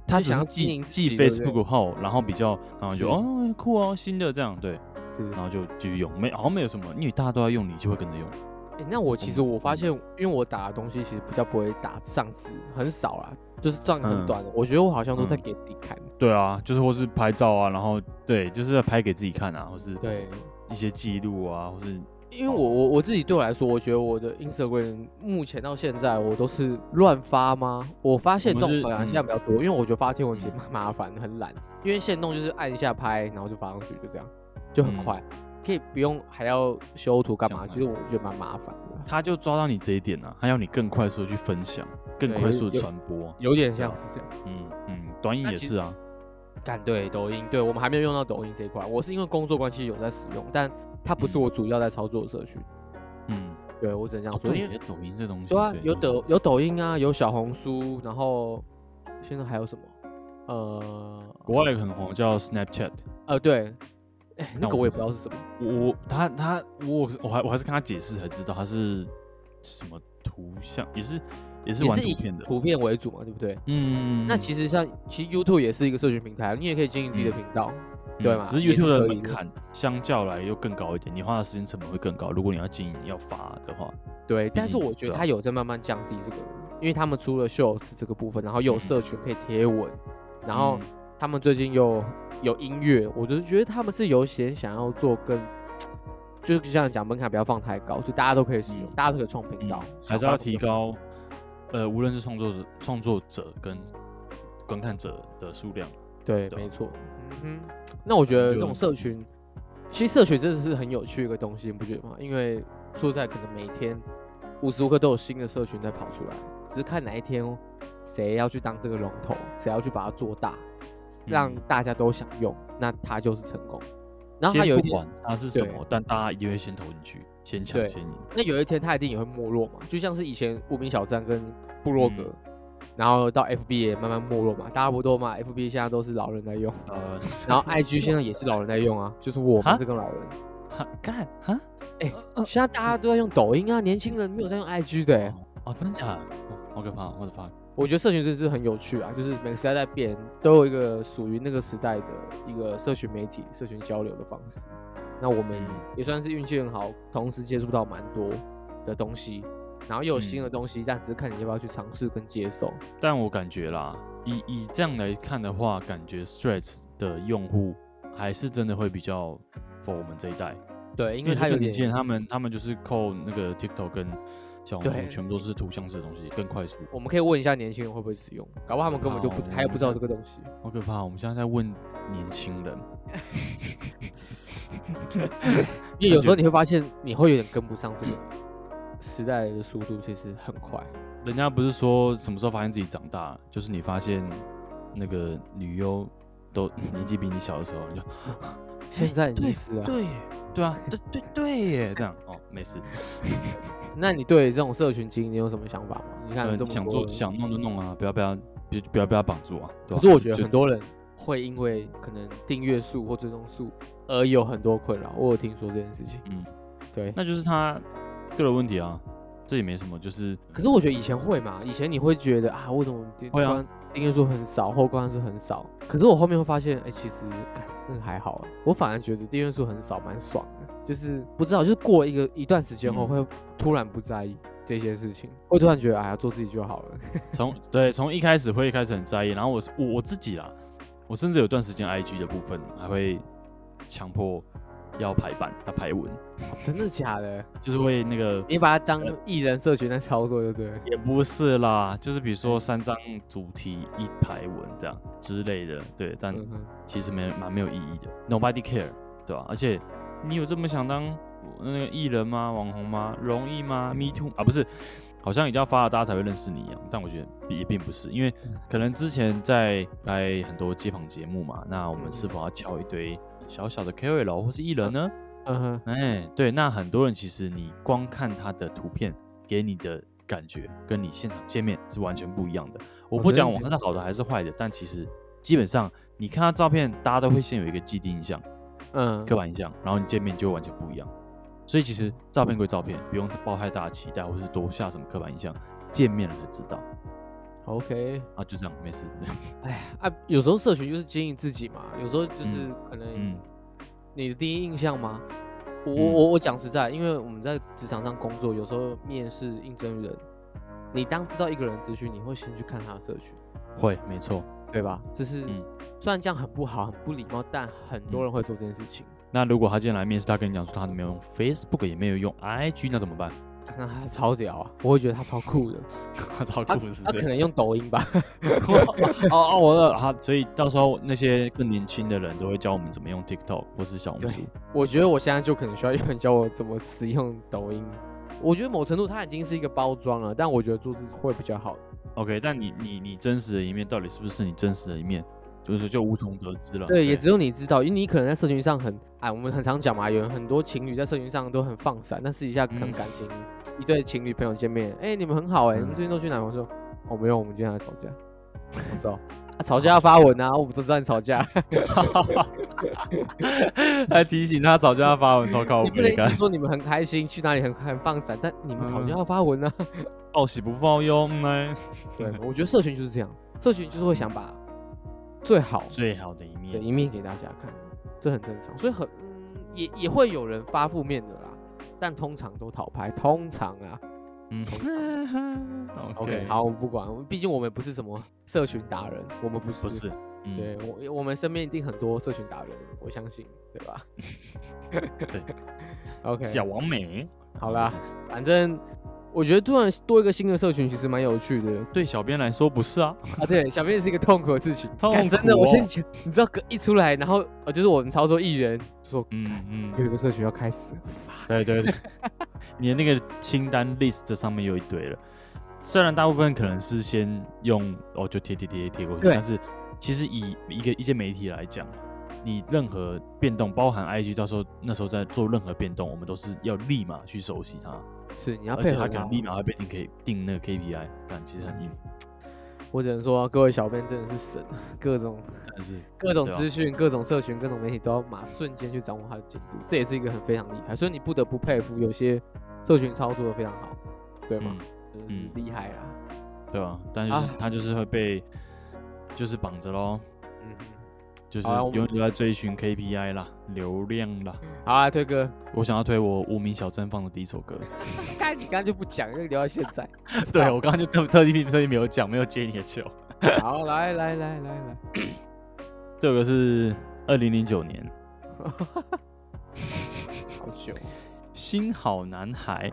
[SPEAKER 2] 他
[SPEAKER 1] 就
[SPEAKER 2] 只
[SPEAKER 1] 想要
[SPEAKER 2] 是
[SPEAKER 1] 经
[SPEAKER 2] 记
[SPEAKER 1] 营自
[SPEAKER 2] 记
[SPEAKER 1] 己对不对
[SPEAKER 2] Facebook 后，然后比较，然后就是哦酷哦新的这样对，
[SPEAKER 1] 是
[SPEAKER 2] 然后就继续用，没好像没有什么，因为大家都在用，你就会跟着用。
[SPEAKER 1] 欸那我其实
[SPEAKER 2] 嗯
[SPEAKER 1] 我发现，因为我打的东西其实比较不会打上字，很少啦，就是撞
[SPEAKER 2] 嗯
[SPEAKER 1] 很短的。我觉得我好像都在
[SPEAKER 2] 嗯
[SPEAKER 1] 给自己看。
[SPEAKER 2] 对啊，就是或是拍照啊，然后对，就是要拍给自己看啊，或是
[SPEAKER 1] 对，
[SPEAKER 2] 一些记录啊，或是
[SPEAKER 1] 因为我我我自己对我来说，我觉得我的 Instagram 目前到现在我都是乱发吗？我发现
[SPEAKER 2] 我们
[SPEAKER 1] 动
[SPEAKER 2] 是
[SPEAKER 1] 反而
[SPEAKER 2] 嗯
[SPEAKER 1] 现在比较多，因为我觉得发天文其实蛮麻烦，很懒。因为现动就是按一下拍，然后就发上去，就这样，就很
[SPEAKER 2] 嗯
[SPEAKER 1] 快，可以不用还要修图干嘛？
[SPEAKER 2] 这样
[SPEAKER 1] 其实我觉得蛮麻烦的，
[SPEAKER 2] 他就抓到你这一点啊，他要你更快速的去分享，更
[SPEAKER 1] 对
[SPEAKER 2] 快
[SPEAKER 1] 有
[SPEAKER 2] 速的
[SPEAKER 1] 有
[SPEAKER 2] 传播。
[SPEAKER 1] 有点像是这样。
[SPEAKER 2] 嗯嗯，短影
[SPEAKER 1] 那
[SPEAKER 2] 也
[SPEAKER 1] 其
[SPEAKER 2] 是啊，
[SPEAKER 1] 啊干对抖音，对我们还没有用到抖音这一块。我是因为工作关系有在使用，但它不是
[SPEAKER 2] 嗯
[SPEAKER 1] 我主要在操作的社区。
[SPEAKER 2] 嗯，
[SPEAKER 1] 对我只能这样
[SPEAKER 2] 哦
[SPEAKER 1] 说，因
[SPEAKER 2] 对，
[SPEAKER 1] 为
[SPEAKER 2] 抖音这东西，嗯
[SPEAKER 1] 对啊，有
[SPEAKER 2] 抖。
[SPEAKER 1] 抖有抖音啊，有小红书，然后现在还有什么？呃，
[SPEAKER 2] 国外有个很红叫 Snapchat，
[SPEAKER 1] 呃对，哎那
[SPEAKER 2] 那
[SPEAKER 1] 个
[SPEAKER 2] 我
[SPEAKER 1] 我也不
[SPEAKER 2] 不
[SPEAKER 1] 知道是什么。
[SPEAKER 2] 我我他他我我还我还是看他解释才知道他是什么图像，也是也是
[SPEAKER 1] 也
[SPEAKER 2] 玩
[SPEAKER 1] 以
[SPEAKER 2] 图片的。
[SPEAKER 1] 图片为主嘛，对不对？
[SPEAKER 2] 嗯，
[SPEAKER 1] 那其实像其实 YouTube 也是一个社群平台，你也可以经营自己的
[SPEAKER 2] 嗯
[SPEAKER 1] 频道。
[SPEAKER 2] 嗯
[SPEAKER 1] 对嘛
[SPEAKER 2] 只是
[SPEAKER 1] 也是
[SPEAKER 2] YouTube 的
[SPEAKER 1] 可以
[SPEAKER 2] 门
[SPEAKER 1] 的
[SPEAKER 2] 槛相较来又更高一点，你花的时间成本会更高。如果你要经营要发的话，
[SPEAKER 1] 对，但是
[SPEAKER 2] 竟
[SPEAKER 1] 我觉得
[SPEAKER 2] 对啊
[SPEAKER 1] 它有在慢慢降低这个，因为他们出了 Shorts 这个部分，然后又有
[SPEAKER 2] 嗯
[SPEAKER 1] 社群可以贴文，然后
[SPEAKER 2] 嗯
[SPEAKER 1] 他们最近又有音乐，我就是觉得他们是有些想要做更，就是像讲门槛不要放太高，就大家都可以使用，
[SPEAKER 2] 嗯
[SPEAKER 1] 大家都可以创频道，想
[SPEAKER 2] 还是要
[SPEAKER 1] 法都可以
[SPEAKER 2] 提高，呃，无论是创作者、创作者跟观看者的数量。
[SPEAKER 1] 对，
[SPEAKER 2] 对啊
[SPEAKER 1] 没错。嗯哼，那我觉得这
[SPEAKER 2] 就
[SPEAKER 1] 种社群，其实社群真的是很有趣的一个东西，你不觉得吗？因为说实在可能每天无时无刻都有新的社群在跑出来，只是看哪一天谁要去当这个龙头，谁要去把它做大，让
[SPEAKER 2] 嗯
[SPEAKER 1] 大家都享用，那它就是成功。然后它
[SPEAKER 2] 先
[SPEAKER 1] 有一
[SPEAKER 2] 不
[SPEAKER 1] 天，
[SPEAKER 2] 管它是什
[SPEAKER 1] 对
[SPEAKER 2] 么，但大家一定会先投进去，先抢
[SPEAKER 1] 对
[SPEAKER 2] 先赢。
[SPEAKER 1] 那有一天它一定也会没落嘛，就像是以前无名小站跟部落格。
[SPEAKER 2] 嗯
[SPEAKER 1] 然后到 FB 也慢慢没落嘛，大家不都嘛，FB 现在都是老人在用，
[SPEAKER 2] 呃，
[SPEAKER 1] 然 后 IG 现在也是老人在用啊，就是我
[SPEAKER 2] 哈呃
[SPEAKER 1] 们这个老人。
[SPEAKER 2] 哈干哈
[SPEAKER 1] 现在大家都在用抖音啊，年轻人没有在用 IG 的、欸。
[SPEAKER 2] 哦哦，真假的？哦好可怕！我的怕。
[SPEAKER 1] 我觉得社群真的是很有趣啊，就是每个时代在变，都有一个属于那个时代的一个社群媒体、社群交流的方式。那我们
[SPEAKER 2] 嗯
[SPEAKER 1] 也算是运气很好，同时接触到蛮多的东西，然后又有新的
[SPEAKER 2] 嗯
[SPEAKER 1] 东西，但只是看你要不要去尝试跟接受。
[SPEAKER 2] 但我感觉啦，以以这样来看的话，感觉 Stretch 的用户还是真的会比较 for 我们这一代，
[SPEAKER 1] 对，因
[SPEAKER 2] 因
[SPEAKER 1] 为它有
[SPEAKER 2] 年轻
[SPEAKER 1] 点
[SPEAKER 2] 人，他们他们就是扣那个 TikTok 跟小红书，
[SPEAKER 1] 对
[SPEAKER 2] 全部都是图像式的东西，更快速。
[SPEAKER 1] 我们可以问一下年轻人会不会使用，搞不好他们根本就不知
[SPEAKER 2] 好
[SPEAKER 1] 还不知道这个东西。
[SPEAKER 2] 好可怕！我们现在在问年轻人，
[SPEAKER 1] 因为有时候你会发现，你会有点跟不上这个
[SPEAKER 2] 嗯
[SPEAKER 1] 时代的速度，其实很快。
[SPEAKER 2] 人家不是说什么时候发现自己长大，就是你发现那个女优都 年纪比你小的时候，你就
[SPEAKER 1] 现在已经是啊，
[SPEAKER 2] 对耶 对啊，对对对耶，这样哦，没事。
[SPEAKER 1] 那你对这种社群经营你有什么想法吗？你看这么
[SPEAKER 2] 嗯，想
[SPEAKER 1] 多
[SPEAKER 2] 做
[SPEAKER 1] 人，
[SPEAKER 2] 想弄就弄啊，不要不要，别不要不要绑住啊。对
[SPEAKER 1] 可
[SPEAKER 2] 吧
[SPEAKER 1] 是我觉得
[SPEAKER 2] 就
[SPEAKER 1] 很多人会因为可能订阅数或追踪数而有很多困扰。我有听说这件事情，
[SPEAKER 2] 嗯，
[SPEAKER 1] 对。
[SPEAKER 2] 那就是他个人问题啊，这也没什么，就是
[SPEAKER 1] 可是我觉得以前会嘛，以前你会觉得啊，为什么订
[SPEAKER 2] 会啊
[SPEAKER 1] 突然订阅数很少，或观看数很少。可是我后面会发现，哎、其实干那个还好啊，我反而觉得订阅数很少蛮爽的，就是不知道，就是过了一个一段时间后，
[SPEAKER 2] 嗯
[SPEAKER 1] 会突然不在意这些事情，会突然觉得，哎呀，做自己就好了。
[SPEAKER 2] 从对从一开始会开始很在意，然后我是我我自己啦，我甚至有段时间 IG 的部分还会强迫要排版、要排文，
[SPEAKER 1] 真的假的？
[SPEAKER 2] 就是会那个
[SPEAKER 1] 你把它当艺人社群在操作，就对了。
[SPEAKER 2] 也不是啦，就是比如
[SPEAKER 1] 嗯
[SPEAKER 2] 说三张主题一排文这样之类的，对，但
[SPEAKER 1] 嗯哼，
[SPEAKER 2] 其实没蛮没有意义的，nobody care，对吧、而且你有这么想当那个艺人吗？网红吗？容易吗？Me too 啊，不是，好像一定要发了大家才会认识你一样，但我觉得也并不是，因为可能之前在拍很多街访节目嘛，那我们是否要敲一堆小小的 KOL 或是艺人呢？
[SPEAKER 1] 嗯哼，
[SPEAKER 2] 哎，对，那很多人其实你光看他的图片给你的感觉，跟你现场见面是完全不一样的。我
[SPEAKER 1] 哦
[SPEAKER 2] 不
[SPEAKER 1] 真的
[SPEAKER 2] 讲网
[SPEAKER 1] 假
[SPEAKER 2] 上是好的还是坏的，但其实基本上你看他照片，大家都会先有一个既定印象、
[SPEAKER 1] 嗯，
[SPEAKER 2] 刻板印象，然后你见面就会完全不一样。所以其实照片归照片，不用抱太大的期待，或是多下什么刻板印象，见面了才知道。
[SPEAKER 1] OK，
[SPEAKER 2] 啊，就这样，没事。
[SPEAKER 1] 啊，有时候社群就是经营自己嘛，有时候就是
[SPEAKER 2] 嗯
[SPEAKER 1] 可能
[SPEAKER 2] 嗯
[SPEAKER 1] 你的第一印象吗？我
[SPEAKER 2] 嗯
[SPEAKER 1] 我我讲实在，因为我们在职场上工作，有时候面试应征人，你当知道一个人资讯，你会先去看他的社群，
[SPEAKER 2] 会，没错。
[SPEAKER 1] 对吧？这是、
[SPEAKER 2] 嗯
[SPEAKER 1] 虽然这样很不好，很不礼貌，但很多
[SPEAKER 2] 嗯
[SPEAKER 1] 人会做这件事情。
[SPEAKER 2] 那如果他今天来面试，他跟你讲说他没有用 Facebook，也没有用 IG，那怎么办？
[SPEAKER 1] 看到他超屌啊，我会觉得他超酷的。
[SPEAKER 2] 超
[SPEAKER 1] 他
[SPEAKER 2] 酷是
[SPEAKER 1] 他
[SPEAKER 2] 不是
[SPEAKER 1] 可能用抖音吧？
[SPEAKER 2] 哦哦，我的啊，所以到时候那些更年轻的人都会教我们怎么用 TikTok 或是小红
[SPEAKER 1] 对
[SPEAKER 2] 书。
[SPEAKER 1] 我觉得我现在就可能需要有人教我怎么使用抖音。 我觉得某程度它已经是一个包装了，但我觉得做自己会比较好。
[SPEAKER 2] OK，但你你你真实的一面到底是不是你真实的一面，就是说就无从得知了。
[SPEAKER 1] 对，也只有你知道，因为你可能在社群上很，哎，我们很常讲嘛，有人很多情侣在社群上都很放闪，但私底下可能
[SPEAKER 2] 嗯
[SPEAKER 1] 感情，一对情侣朋友见面，哎、你们很好哎、你们
[SPEAKER 2] 嗯
[SPEAKER 1] 最近都去哪？我说，哦，没有，我们今天还吵架。 是哦，啊吵架要发文啊，我们都知道你吵 架，
[SPEAKER 2] 还提醒他吵架 发文，超靠
[SPEAKER 1] 你不能
[SPEAKER 2] 背
[SPEAKER 1] 一
[SPEAKER 2] 干
[SPEAKER 1] 直。说你们很开心，去哪里很很放闪，但你们吵架
[SPEAKER 2] 嗯
[SPEAKER 1] 要发文啊。
[SPEAKER 2] 报喜不报 忧呢，
[SPEAKER 1] 对，我觉得社群就是这样，社群就是会想把最好
[SPEAKER 2] 最好的一
[SPEAKER 1] 的
[SPEAKER 2] 面。
[SPEAKER 1] 一面给大家看，这很正常，所以很、嗯、也也会有人发负面的啦，但通常都讨拍，通常啊
[SPEAKER 2] 嗯
[SPEAKER 1] ，OK，好，我们不管，我们毕竟我们不是什么社群达人，我们不是，
[SPEAKER 2] 不是，嗯，
[SPEAKER 1] 对我我们身边一定很多社群达人，我相信，对吧？
[SPEAKER 2] 对
[SPEAKER 1] ，OK，
[SPEAKER 2] 小王美。
[SPEAKER 1] 好啦，反正。我觉得突然多一个新的社群，其实蛮有趣的
[SPEAKER 2] 对小编来说不是啊，
[SPEAKER 1] 啊。对，小编是一个痛苦的事情，
[SPEAKER 2] 痛
[SPEAKER 1] 干真的，
[SPEAKER 2] 苦
[SPEAKER 1] 我先
[SPEAKER 2] 哦
[SPEAKER 1] 讲，你知道歌一出来，然后呃，就是我们操作艺人就说，
[SPEAKER 2] 嗯
[SPEAKER 1] 干
[SPEAKER 2] 嗯，
[SPEAKER 1] 有一个社群要开始了，
[SPEAKER 2] 对对对，你的那个清单 list 这上面有一堆了。虽然大部分可能是先用哦就贴贴贴贴过去，
[SPEAKER 1] 对
[SPEAKER 2] 但是其实以一个一些媒体来讲，你任何变动，包含 IG，到时候那时候在做任何变动，我们都是要立马去熟悉它，
[SPEAKER 1] 是你要
[SPEAKER 2] 而
[SPEAKER 1] 啊配
[SPEAKER 2] 且
[SPEAKER 1] 合
[SPEAKER 2] 它可能
[SPEAKER 1] 他。
[SPEAKER 2] 立马会被定 K 定那个 KPI，但其实很 硬，
[SPEAKER 1] 我只能说，各位小编真的是神，啊各 种
[SPEAKER 2] 真的是
[SPEAKER 1] 各种
[SPEAKER 2] 对啊
[SPEAKER 1] 资讯、各种社群、各种媒体都要马瞬间去掌握它的进度，这也是一个很非常厉害，所以你不得不佩服有些社群操作的非常好，对吗
[SPEAKER 2] 嗯？
[SPEAKER 1] 真的是
[SPEAKER 2] 嗯
[SPEAKER 1] 厉害啦。
[SPEAKER 2] 对啊，但就是
[SPEAKER 1] 啊
[SPEAKER 2] 它就是会被就是绑着咯，
[SPEAKER 1] 嗯哼，
[SPEAKER 2] 就是
[SPEAKER 1] 好啊我
[SPEAKER 2] 永远都在追寻 KPI 啦、流量啦。
[SPEAKER 1] 好啊，推哥，
[SPEAKER 2] 我想要推我无名小镇放的第一首歌。
[SPEAKER 1] 看你刚刚就不讲，就聊到现在。
[SPEAKER 2] 对我刚刚就特特地特地没有讲，没有接你的球。
[SPEAKER 1] 好，来来来来来，
[SPEAKER 2] 这首歌是二零零九年
[SPEAKER 1] 好久哦，
[SPEAKER 2] 新好男孩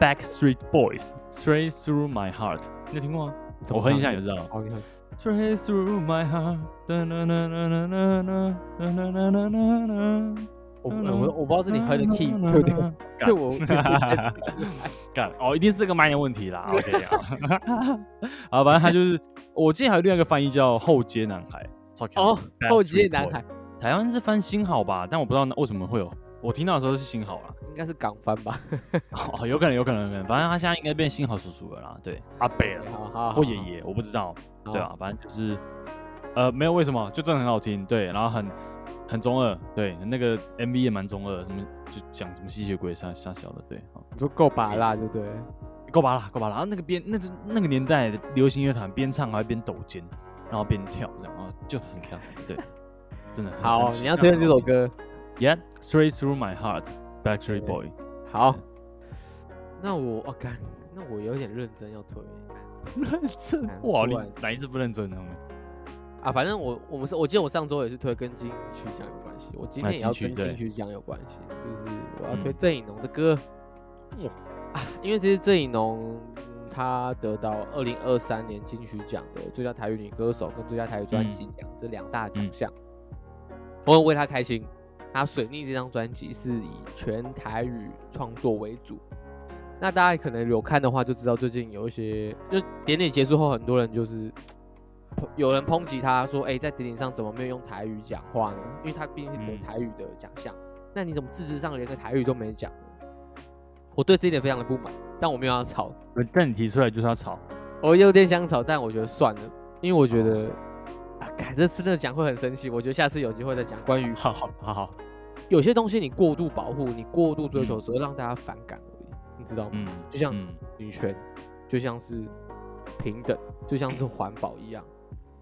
[SPEAKER 2] Backstreet Boys Straight Through My Heart，你有听过吗？
[SPEAKER 1] 怎么
[SPEAKER 2] 我哼一
[SPEAKER 1] 唱
[SPEAKER 2] 下
[SPEAKER 1] 的
[SPEAKER 2] 你就知道了。
[SPEAKER 1] 好，你看，
[SPEAKER 2] Straight Through My Heart，哒啦啦啦啦啦啦啦啦啦啦啦啦。
[SPEAKER 1] 我不我我不知道是你
[SPEAKER 2] 嗯
[SPEAKER 1] 哼的 key 对不 对？对我，
[SPEAKER 2] 干哦，一定是个麦的问 题啦。OK 啊， 好，反正他就是，我记得还有另外一个翻译叫后街男孩。超强
[SPEAKER 1] 哦，后街
[SPEAKER 2] Backstreet
[SPEAKER 1] 男
[SPEAKER 2] Boys
[SPEAKER 1] 孩
[SPEAKER 2] 台湾是翻新好吧，但我不知道那为什么会有。我听到的时候是新好啦，
[SPEAKER 1] 应该是港翻吧？
[SPEAKER 2] 哦， 有可能，有可能，有可能，反正他现在应该变新好叔叔了啦，对，阿伯了，
[SPEAKER 1] 好好，
[SPEAKER 2] 或爷爷，我不知道，
[SPEAKER 1] 好，
[SPEAKER 2] 对
[SPEAKER 1] 好
[SPEAKER 2] 啊，反正就是，呃，没有为什么，就真的很好听，对，然后很很中二，对，那个 MV 也蛮中二，什么就讲什么吸血鬼啥啥小的，对，哦好，
[SPEAKER 1] 你说够拔辣就对了。
[SPEAKER 2] 够吧啦，够吧啦，然后那个边那那个年代的流行乐团边唱还边抖肩，然后边跳这样，然后就很跳，对，真的很。
[SPEAKER 1] 好，
[SPEAKER 2] 很哦
[SPEAKER 1] 你要推荐这首歌，
[SPEAKER 2] ？Yeah, straight through my heart, Backstreet Boy。
[SPEAKER 1] 好。那我哦，干，那我有点认真要推干
[SPEAKER 2] 认真
[SPEAKER 1] 嗯
[SPEAKER 2] 哇，
[SPEAKER 1] 突
[SPEAKER 2] 你
[SPEAKER 1] 然
[SPEAKER 2] 哪一次不认真呢？
[SPEAKER 1] 啊，反正我我们是，我记得我上周也是推跟金曲奖有关系，我今
[SPEAKER 2] 啊
[SPEAKER 1] 天也要
[SPEAKER 2] 金曲
[SPEAKER 1] 跟金
[SPEAKER 2] 对
[SPEAKER 1] 曲奖有关系，就是我要
[SPEAKER 2] 嗯
[SPEAKER 1] 推郑颖农的歌。
[SPEAKER 2] 哇
[SPEAKER 1] 啊，因为这是郑颖农，嗯她得到二零二三年金曲奖的最佳台语女歌手跟最佳台语专辑奖、这两大奖
[SPEAKER 2] 嗯
[SPEAKER 1] 项，我很为她开心。她《水逆》这张专辑是以全台语创作为主，那大家可能有看的话就知道，最近有一些就典礼结束后，很多人就是。抨有人抨击她说：“哎、在典礼上怎么没有用台语讲话呢？因为她毕竟是得
[SPEAKER 2] 嗯
[SPEAKER 1] 台语的奖项，那你怎么自质上连个台语都没讲呢？”我对这一点非常的不满，但我没有要吵，
[SPEAKER 2] 但你提出来就是要吵，
[SPEAKER 1] 我有点想吵，但我觉得算了，因为我觉得、啊，感这真的讲会很生气。我觉得下次有机会再讲关于
[SPEAKER 2] 好好好好，
[SPEAKER 1] 有些东西你过度保护，你过度追求，
[SPEAKER 2] 嗯
[SPEAKER 1] 只会让大家反感而已，你知道吗？
[SPEAKER 2] 嗯，
[SPEAKER 1] 就像
[SPEAKER 2] 嗯
[SPEAKER 1] 女权，就像是平等，就像是环保一样，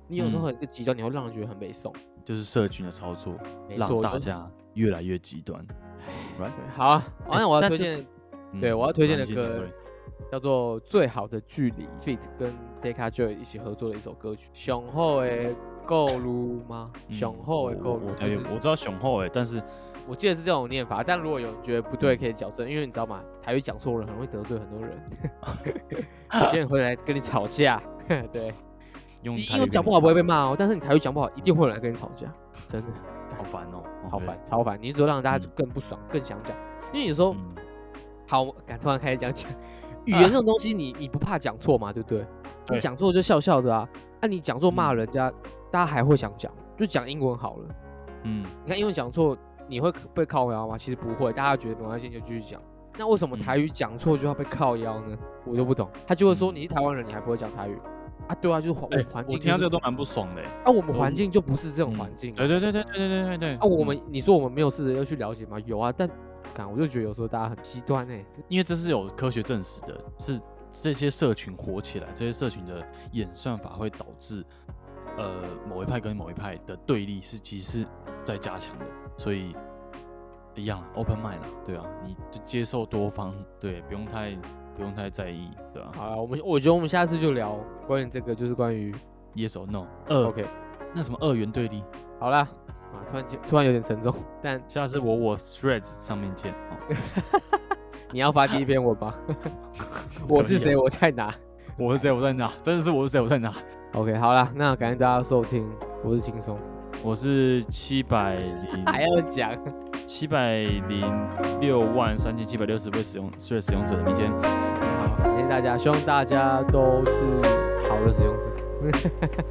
[SPEAKER 1] 你有时候
[SPEAKER 2] 嗯
[SPEAKER 1] 很个极端，你会让人觉得很被送。
[SPEAKER 2] 就是社群的操作，
[SPEAKER 1] 没
[SPEAKER 2] 让
[SPEAKER 1] 错，
[SPEAKER 2] 大
[SPEAKER 1] 有
[SPEAKER 2] 家越来越极端。Right？
[SPEAKER 1] 对好啊。 好，那我要
[SPEAKER 2] 但
[SPEAKER 1] 推
[SPEAKER 2] 这
[SPEAKER 1] 荐
[SPEAKER 2] 嗯
[SPEAKER 1] 对我要推荐的
[SPEAKER 2] 你先讲
[SPEAKER 1] 歌
[SPEAKER 2] 对
[SPEAKER 1] 叫做《最好的距离》，Fit 跟 Decca Joy 一起合作的一首歌曲，雄厚的够路吗？
[SPEAKER 2] 嗯
[SPEAKER 1] 雄厚的够
[SPEAKER 2] 我
[SPEAKER 1] 路
[SPEAKER 2] 我，
[SPEAKER 1] 就
[SPEAKER 2] 对
[SPEAKER 1] 是
[SPEAKER 2] 我知道雄厚哎，但是
[SPEAKER 1] 我记得是这种念法，但如果有人觉得不对，
[SPEAKER 2] 嗯
[SPEAKER 1] 可以矫正，因为你知道吗？台语讲错人很容易得罪很多人， 有些人会来跟你吵架。 对，
[SPEAKER 2] 用
[SPEAKER 1] 你
[SPEAKER 2] 台
[SPEAKER 1] 英文
[SPEAKER 2] 语跟
[SPEAKER 1] 讲
[SPEAKER 2] 你
[SPEAKER 1] 不好不会被
[SPEAKER 2] 吵，
[SPEAKER 1] 骂哦，但是你台语讲不好，一定会有人来跟你吵架，真的
[SPEAKER 2] 好烦哦，
[SPEAKER 1] 好
[SPEAKER 2] OK
[SPEAKER 1] 烦，。哦超烦。你只会让大家
[SPEAKER 2] 嗯
[SPEAKER 1] 更不爽，更想讲，因为有时候
[SPEAKER 2] 嗯啊
[SPEAKER 1] 好，敢突然开始讲讲语言这种东西你，你不怕讲错嘛，对不对？你
[SPEAKER 2] 对
[SPEAKER 1] 讲错就笑笑的啊，那、你讲错骂
[SPEAKER 2] 嗯
[SPEAKER 1] 人家，大家还会想讲，就讲英文好了。
[SPEAKER 2] 嗯，
[SPEAKER 1] 你看英文讲错，你会被靠腰吗？其实不会，大家觉得没关系你就继续讲。那为什么
[SPEAKER 2] 嗯
[SPEAKER 1] 台语讲错就要被靠腰呢？我就不懂。他就会说
[SPEAKER 2] 嗯
[SPEAKER 1] 你是台湾人，你还不会讲台语啊？对啊，就是环我们
[SPEAKER 2] 哎
[SPEAKER 1] 环
[SPEAKER 2] 我
[SPEAKER 1] 境、
[SPEAKER 2] 听到
[SPEAKER 1] 就
[SPEAKER 2] 这
[SPEAKER 1] 是
[SPEAKER 2] 个都蛮不爽的欸。
[SPEAKER 1] 啊，我们
[SPEAKER 2] 我
[SPEAKER 1] 环境就不是这种
[SPEAKER 2] 嗯
[SPEAKER 1] 环境啊、
[SPEAKER 2] 对对对对对对对对。
[SPEAKER 1] 啊，我
[SPEAKER 2] 嗯
[SPEAKER 1] 们你说我们没有试着要去了解吗？有啊，但感我就觉得有时候大家很极端哎、这
[SPEAKER 2] 因为这是有科学证实的，是这些社群火起来，这些社群的演算法会导致，呃，某一派跟某一派的对立是其实是在加强的，所以一样啊，open mind 啊，对啊，你就接受多方，对，不用太不用太在意，对吧、
[SPEAKER 1] 好啊，我们我觉得我们下次就聊关于这个，就是关于
[SPEAKER 2] y e s or no，二、
[SPEAKER 1] OK，
[SPEAKER 2] 那什么二元对立，
[SPEAKER 1] 好啦，啊，突然间突然有点沉重，但
[SPEAKER 2] 下次我我 threads 上面见 哦，
[SPEAKER 1] 你要发第一篇我吧， 啊我是谁我在哪
[SPEAKER 2] 我是谁我在哪，真的是我是谁我在哪，
[SPEAKER 1] ？OK，好啦，那感谢大家收听，我是轻松，
[SPEAKER 2] 我是七百零
[SPEAKER 1] 还要讲，
[SPEAKER 2] 七百零六万三千七百六十位使用岁使用者的民间，
[SPEAKER 1] 好，感谢大家，希望大家都是好的使用者。
[SPEAKER 2] 哎